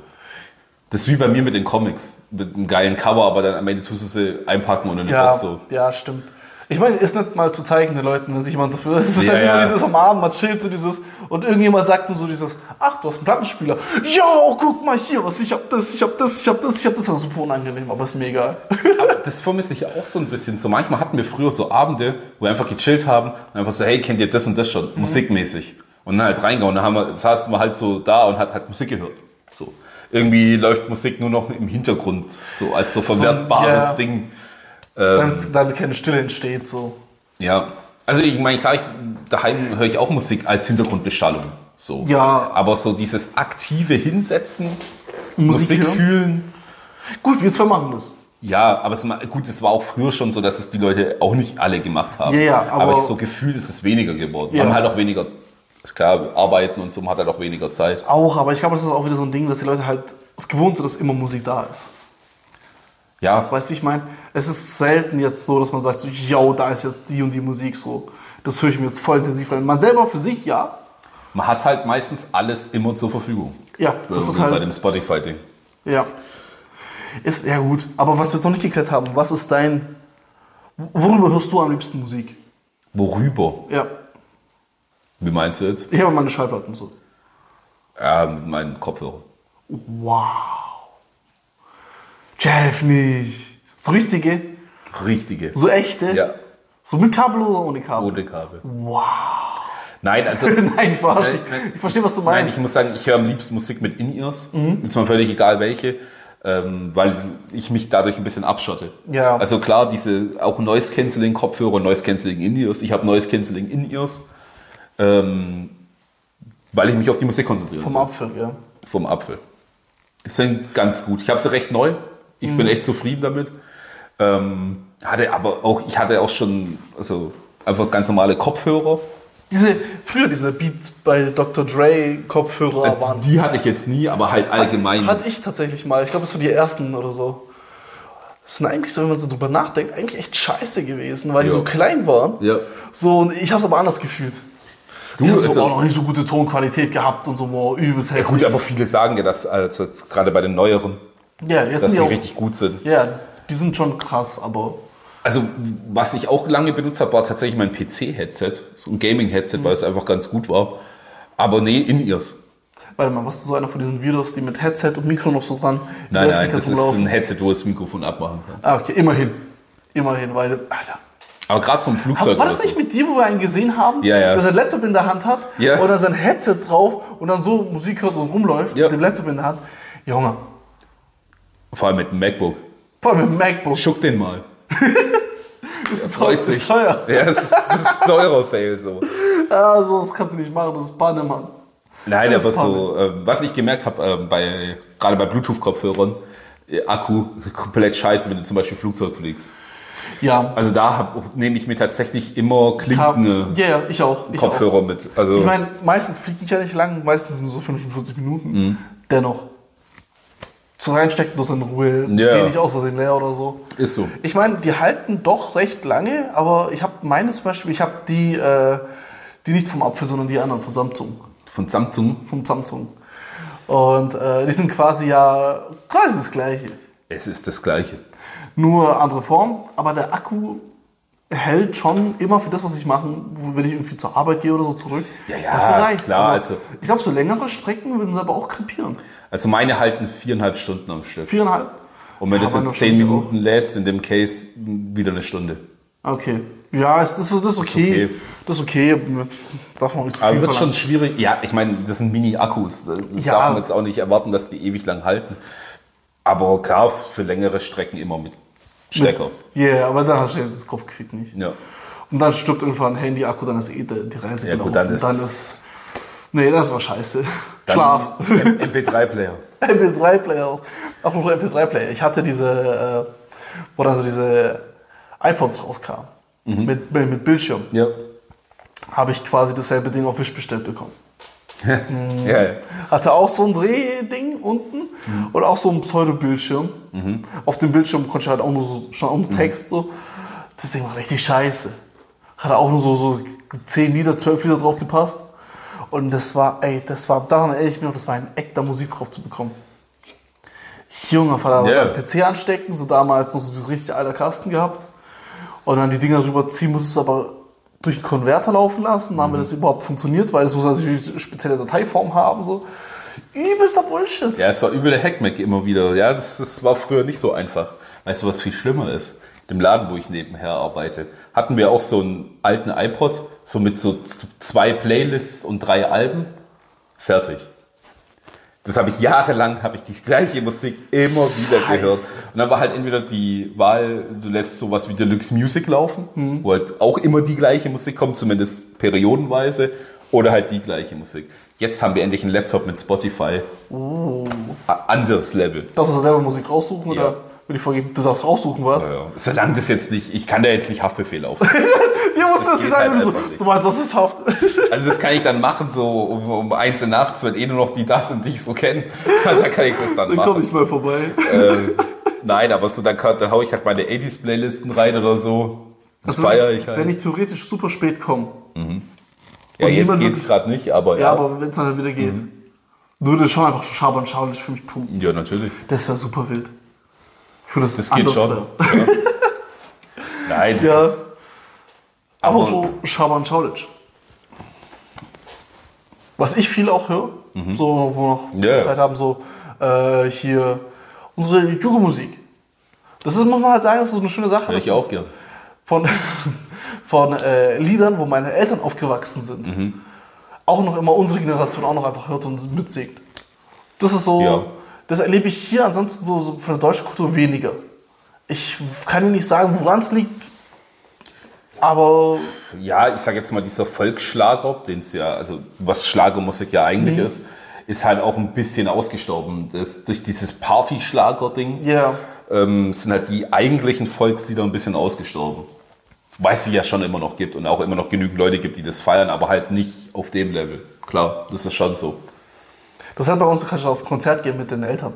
S2: Das ist wie bei mir mit den Comics. Mit einem geilen Cover, aber dann am Ende tust du sie einpacken und dann
S1: ja,
S2: auch so.
S1: ja, stimmt. Ich meine, ist nicht mal zu zeigen den Leuten, wenn sich jemand dafür. Es ist
S2: Ja,
S1: halt immer
S2: ja.
S1: dieses am Abend, man chillt so dieses. Und irgendjemand sagt nur so dieses: Ach, du hast einen Plattenspieler. Jo, guck mal hier, was ich hab das, ich hab das, ich hab das, ich hab das. Das war super unangenehm, aber ist mir egal.
S2: Aber das vermisse ich auch so ein bisschen. So manchmal hatten wir früher so Abende, wo wir einfach gechillt haben und einfach so, hey, kennt ihr das und das
S1: Mhm.
S2: schon? Musikmäßig. Und dann halt reingehauen. Dann haben wir, saßen wir halt so da und hat halt Musik gehört. So. Irgendwie läuft Musik nur noch im Hintergrund, so als so verwertbares
S1: ja.
S2: Ding.
S1: Damit, damit keine Stille entsteht, so.
S2: Ja. Also ich meine, klar, ich, daheim höre ich auch Musik als Hintergrundbeschallung. So.
S1: Ja.
S2: Aber so dieses aktive Hinsetzen,
S1: Musik
S2: Musik,
S1: hören?
S2: fühlen.
S1: Gut, wir zwei machen das.
S2: Ja, aber es, ma- gut, es war auch früher schon so, dass es die Leute auch nicht alle gemacht haben.
S1: Ja, ja, aber-
S2: aber, ich so Gefühl ist es weniger geworden.
S1: Ja.
S2: Wir haben halt auch weniger, ist klar, arbeiten und so, man hat halt auch weniger Zeit.
S1: Auch, aber ich glaube, das ist auch wieder so ein Ding, dass die Leute halt es gewohnt sind, dass immer Musik da ist.
S2: Ja,
S1: Weißt du, wie ich meine? Es ist selten jetzt so, dass man sagt, so, yo, da ist jetzt die und die Musik so. Das höre ich mir jetzt voll intensiv an. Man selber für sich, ja.
S2: man hat halt meistens alles immer zur Verfügung.
S1: Ja, das ist
S2: Irgendwie bei
S1: halt.
S2: dem Spotify-Ding.
S1: Ja. Ist, ja gut. Aber was wir jetzt noch nicht geklärt haben, was ist dein. Worüber hörst du am liebsten Musik?
S2: Worüber?
S1: Ja.
S2: Wie meinst du jetzt?
S1: Ich habe meine Schallplatten so.
S2: Ja, mit meinem Kopfhörer.
S1: Wow. Jeff nicht. So richtige,
S2: Richtige.
S1: so echte.
S2: Ja,
S1: So mit Kabel oder ohne Kabel?
S2: ohne Kabel.
S1: Wow. [LAUGHS]
S2: Nein, also
S1: Nein, ich verarsch dich.
S2: Nein, nein.
S1: Ich verstehe, was du
S2: Nein, ich
S1: meinst.
S2: muss sagen, ich höre am liebsten Musik mit In-Ears.
S1: Mhm.
S2: Ist mir völlig egal welche. Ähm, weil ich mich dadurch ein bisschen abschotte.
S1: Ja.
S2: Also klar, diese auch Noise Cancelling Kopfhörer, Noise Cancelling In-Ears. Ich habe Noise Cancelling In-Ears, ähm, weil ich mich auf die Musik konzentriere.
S1: Vom Apfel, ja.
S2: Vom Apfel. Es sind ganz gut. Ich habe sie recht neu. Ich
S1: Mhm.
S2: bin echt zufrieden damit. Ähm, hatte aber auch, ich hatte auch schon, also einfach ganz normale Kopfhörer.
S1: Diese, früher diese Beats bei Dr. Dre Kopfhörer waren.
S2: Äh, Die hatte ich jetzt nie, aber halt allgemein.
S1: Hatte ich tatsächlich mal. Ich glaube, das waren die ersten oder so. Das sind eigentlich so, wenn man so drüber nachdenkt, eigentlich echt scheiße gewesen, weil die
S2: Ja.
S1: so klein waren.
S2: Ja.
S1: So, und ich habe es aber anders gefühlt.
S2: Du,
S1: ich habe
S2: also-
S1: auch noch nicht so gute Tonqualität gehabt und so, boah, übelst heftig.
S2: Gut, aber viele sagen ja, dass also jetzt gerade bei den neueren,
S1: ja, jetzt
S2: dass
S1: sind die
S2: sie
S1: auch,
S2: richtig gut sind.
S1: ja, die sind schon krass, aber
S2: Also, was ich auch lange benutzt habe, war tatsächlich mein PC-Headset, so ein
S1: Mhm.
S2: Gaming-Headset, weil es einfach ganz gut war. Aber nee, In-Ears.
S1: warte mal, warst du so einer von diesen Videos, die mit Headset und Mikro noch so dran in der
S2: Nein, nein,
S1: Öffentlichkeit
S2: das ist
S1: rumlaufen?
S2: ein Headset, wo das Mikrofon abmachen kann.
S1: Ah, okay, immerhin. Immerhin, weil, Alter.
S2: Aber gerade so ein Flugzeug.
S1: Hab, war das
S2: oder so.
S1: nicht mit dir, wo wir einen gesehen haben,
S2: Ja, ja.
S1: der sein Laptop in der Hand hat
S2: Ja.
S1: oder sein Headset drauf und dann so Musik hört und rumläuft
S2: Ja.
S1: mit dem Laptop in der Hand? Junge,
S2: Vor allem mit dem MacBook.
S1: vor allem mit dem
S2: [LAUGHS]
S1: MacBook.
S2: Schuck den mal.
S1: Ist, teuer,
S2: freut
S1: ist
S2: sich.
S1: teuer.
S2: [LAUGHS] Ja, das ist, das ist ein teurer Fail so.
S1: Also, das kannst du nicht machen, das ist Banne, Mann.
S2: Nein,
S1: Das
S2: aber
S1: ist
S2: so, ähm, was ich gemerkt habe, ähm, bei, gerade bei Bluetooth-Kopfhörern, äh, Akku [LAUGHS] komplett scheiße, wenn du zum Beispiel Flugzeug fliegst.
S1: Ja.
S2: Also da hab, nehme ich mir tatsächlich
S1: Ja,
S2: immer klinkende
S1: ja, ich auch. Ich auch.
S2: Kopfhörer mit. Also
S1: Ich meine, meistens fliege ich ja nicht lang, meistens sind so 45 Minuten.
S2: Mhm.
S1: Dennoch. Zu reinstecken, bloß in Ruhe.
S2: Ja.
S1: Geh nicht aus Versehen leer oder so.
S2: ist so.
S1: Ich meine, die halten doch recht lange, aber ich habe meine zum Beispiel, ich habe die, äh, die nicht vom Apfel, sondern die anderen von Samsung.
S2: Von Samsung.
S1: Vom Samsung. Und äh, die sind quasi ja quasi das gleiche.
S2: Es ist das gleiche.
S1: Nur andere Form, aber der Akku hält schon immer für das, was ich mache, wo- wenn ich irgendwie zur Arbeit gehe oder so zurück.
S2: Ja, ja,
S1: Dafür reicht's.
S2: klar,
S1: Aber
S2: also-
S1: Ich glaube, so längere Strecken würden sie aber auch krepieren.
S2: Also meine halten viereinhalb Stunden am Stück.
S1: Viereinhalb.
S2: Und wenn du es
S1: aber
S2: in
S1: das
S2: zehn
S1: stimmt ja
S2: Minuten lädst, in dem Case m, wieder eine Stunde.
S1: Ah, Okay. Ja, es- das ist, das ist okay.
S2: okay.
S1: Das ist okay. Darf man auch nicht zu
S2: Aber
S1: viel
S2: wird
S1: verlangen.
S2: schon schwierig. Ja, ich meine, das sind Mini-Akkus. Das
S1: Ja.
S2: darf man jetzt auch nicht erwarten, dass die ewig lang halten. Aber klar, für längere Strecken immer mit Stecker.
S1: Ja, yeah, aber dann hast du ja das Kopfgefühl nicht.
S2: Ja.
S1: Und dann stirbt irgendwann ein Handy-Akku, dann ist eh die die Reise
S2: Ja,
S1: gelaufen.
S2: gut, dann ist-
S1: dann ist. Nee, das war scheiße. Schlaf. [LAUGHS]
S2: MP3-Player.
S1: MP3-Player. Auch noch MP3-Player. Ich hatte diese, äh, wo dann so diese iPods rauskamen.
S2: Mhm.
S1: Mit, mit, mit Bildschirm.
S2: Ja.
S1: Habe ich quasi dasselbe Ding auf Wish bestellt bekommen.
S2: ja. ja.
S1: Hatte auch so ein Drehding unten und auch so ein Pseudo-Bildschirm. Auf dem Bildschirm konnte ich halt auch nur so schon auch nur Text so. Das Ding war richtig scheiße. Hat auch nur so, so 10 Lieder, 12 Lieder drauf gepasst. Und das war, ey, das war, daran erinnere ich mich noch, das war ein Eck, da Musik drauf zu bekommen. Junger Vater, was
S2: Ja.
S1: am PC anstecken, so damals noch so, so richtig alter Kasten gehabt. Und dann die Dinger drüber ziehen, musst du es aber durch einen Konverter laufen lassen, dann haben
S2: Mhm.
S1: wir das überhaupt funktioniert, weil das muss natürlich eine spezielle Dateiform haben, so. Übelster Bullshit.
S2: Ja, es war übel Hackmeck immer wieder. Ja, das, das war früher nicht so einfach. Weißt du, was viel schlimmer ist? Im Laden, wo ich nebenher arbeite, hatten wir auch so einen alten iPod, so mit so z- zwei Playlists und drei Alben. Fertig. Das habe ich jahrelang, habe ich die gleiche Musik immer wieder
S1: Scheiße.
S2: gehört. Und dann war halt entweder die Wahl, du lässt sowas wie Deluxe Music laufen,
S1: Mhm.
S2: wo halt auch immer die gleiche Musik kommt, zumindest periodenweise, oder halt die gleiche Musik. Jetzt haben wir endlich einen Laptop mit Spotify.
S1: Uh.
S2: A- Anderes Level.
S1: Darfst du da selber Musik raussuchen
S2: Ja.
S1: oder würde ich vorgeben, du darfst raussuchen was?
S2: Ja. Solange das jetzt nicht, ich kann da jetzt nicht Haftbefehl
S1: [LAUGHS]
S2: aufnehmen.
S1: Ja, musst du das
S2: geht
S1: nicht sagen, wenn
S2: halt
S1: du
S2: einfach
S1: so,
S2: nicht.
S1: du weißt, das ist Haft. [LAUGHS]
S2: Also das kann ich dann machen, so um, um eins Uhr nachts, wenn eh nur noch die da sind, die ich so kenne, [LAUGHS] dann kann ich das dann
S1: Dann komm
S2: machen.
S1: ich mal vorbei.
S2: Ähm, nein, aber so, dann, kann, dann hau ich halt meine 80s-Playlisten rein oder so. Das
S1: Also
S2: feiere
S1: wenn
S2: ich halt.
S1: Wenn ich theoretisch super spät komme.
S2: ja,
S1: und
S2: jetzt
S1: niemand
S2: geht's
S1: wirklich-
S2: gerade nicht, aber ja. Mhm.
S1: Ja, aber wenn es dann halt wieder geht. Du würdest schon einfach schabern, schaulich für mich pumpen.
S2: ja, natürlich.
S1: Das wäre super wild. Ich würde das,
S2: Das geht schon.
S1: wär.
S2: Nein, das
S1: Ja.
S2: ist,
S1: Aber
S2: Aber-
S1: so Schaban Schaulic. Was ich viel auch höre, so wo wir noch ein bisschen
S2: Mhm. Ja.
S1: Zeit haben, so äh, hier unsere Jugendmusik. Das ist, muss man halt sagen, das ist eine schöne Sache.
S2: höre
S1: Das
S2: ich auch
S1: ist
S2: gern.
S1: Von, [LAUGHS] von äh, Liedern, wo meine Eltern aufgewachsen sind.
S2: Mhm.
S1: Auch noch immer unsere Generation auch noch einfach hört und mitsingt. Das ist so,
S2: Ja.
S1: das erlebe ich hier ansonsten so, so von der deutschen Kultur weniger. Ich kann dir nicht sagen, woran es liegt, aber
S2: ja, ich sag jetzt mal, dieser Volksschlager, den es ja, also was Schlagermusik ja eigentlich
S1: Mhm.
S2: ist, ist halt auch ein bisschen ausgestorben. Das, durch dieses Party-Schlager-Ding
S1: Ja,
S2: ähm, sind halt die eigentlichen Volkslieder ein bisschen ausgestorben. Weil es sie ja schon immer noch gibt und auch immer noch genügend Leute gibt, die das feiern, aber halt nicht auf dem Level. Klar, das ist schon so.
S1: das hat bei uns, du kannst auf Konzert gehen mit den Eltern.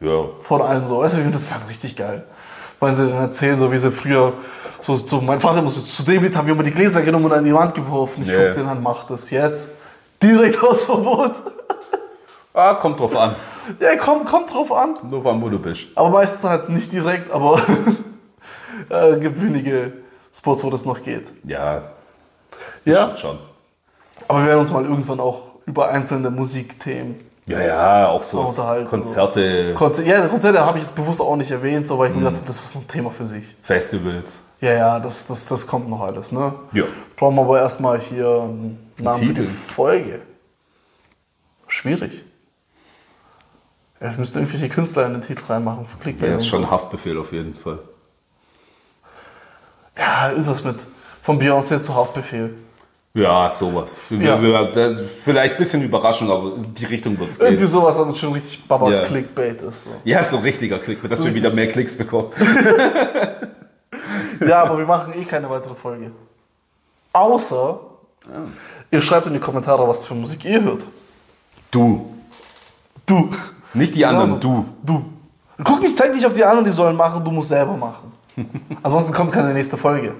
S2: Ja.
S1: Vor allem so, weißt du, ich finde das ist dann richtig geil. Weil sie dann erzählen, so wie sie früher, so, so mein Vater muss zu dem Lied haben wir immer die Gläser genommen und an die Wand geworfen. Ich
S2: Ja.
S1: guck den an, mach das jetzt. Direkt aus Verbot.
S2: Ah, kommt drauf an. [LAUGHS]
S1: Ja, kommt, kommt drauf an.
S2: Kommt drauf an, wo du bist.
S1: Aber meistens halt nicht direkt, aber [LAUGHS] äh, gibt wenige Spots, wo das noch geht.
S2: Ja,
S1: Ja,
S2: schon.
S1: aber wir werden uns mal irgendwann auch über einzelne Musikthemen
S2: Ja, ja, auch so
S1: Unterhalten, so.
S2: Konzerte,
S1: Konzer ja, Konzerte habe ich jetzt bewusst auch nicht erwähnt, so, weil ich mir gedacht habe, das ist ein Thema für sich.
S2: Festivals.
S1: Ja, ja, das, das, das kommt noch alles, ne?
S2: Ja.
S1: Brauchen wir aber erstmal hier einen Namen für die
S2: Titel.
S1: Folge. Schwierig. Es müssten irgendwelche Künstler in den Titel reinmachen. Für Clickbait.
S2: Ja, ist schon ein Haftbefehl auf jeden Fall.
S1: ja, irgendwas mit von Beyoncé zu Haftbefehl.
S2: Ja, sowas. Wir-
S1: Ja.
S2: wir- das- Vielleicht ein bisschen Überraschung, aber in die Richtung wird es
S1: Irgendwie
S2: gehen.
S1: sowas, damit schon richtig Baba
S2: Ja.
S1: Clickbait ist. So.
S2: Ja, so ein richtiger Klick, dass wir
S1: richtig.
S2: wieder mehr Klicks bekommen.
S1: Ja, aber wir machen eh keine weitere Folge. Außer
S2: Ah.
S1: ihr schreibt in die Kommentare, was für Musik ihr hört.
S2: Du,
S1: Du.
S2: nicht die anderen,
S1: Genau,
S2: du.
S1: Du. Guck nicht, denk nicht auf die anderen, die sollen machen, du musst selber
S2: [LAUGHS]
S1: machen. Ansonsten kommt keine nächste Folge.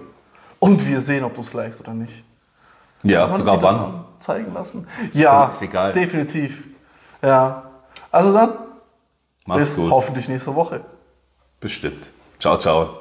S1: Und wir sehen, ob du es likest oder nicht.
S2: Ja,
S1: Kann man
S2: sogar
S1: sich das
S2: wann.
S1: Zeigen lassen? Ja,
S2: Ist egal.
S1: definitiv. Ja. Also dann,
S2: Mach's
S1: bis
S2: gut.
S1: hoffentlich nächste Woche.
S2: Bestimmt. Ciao, ciao.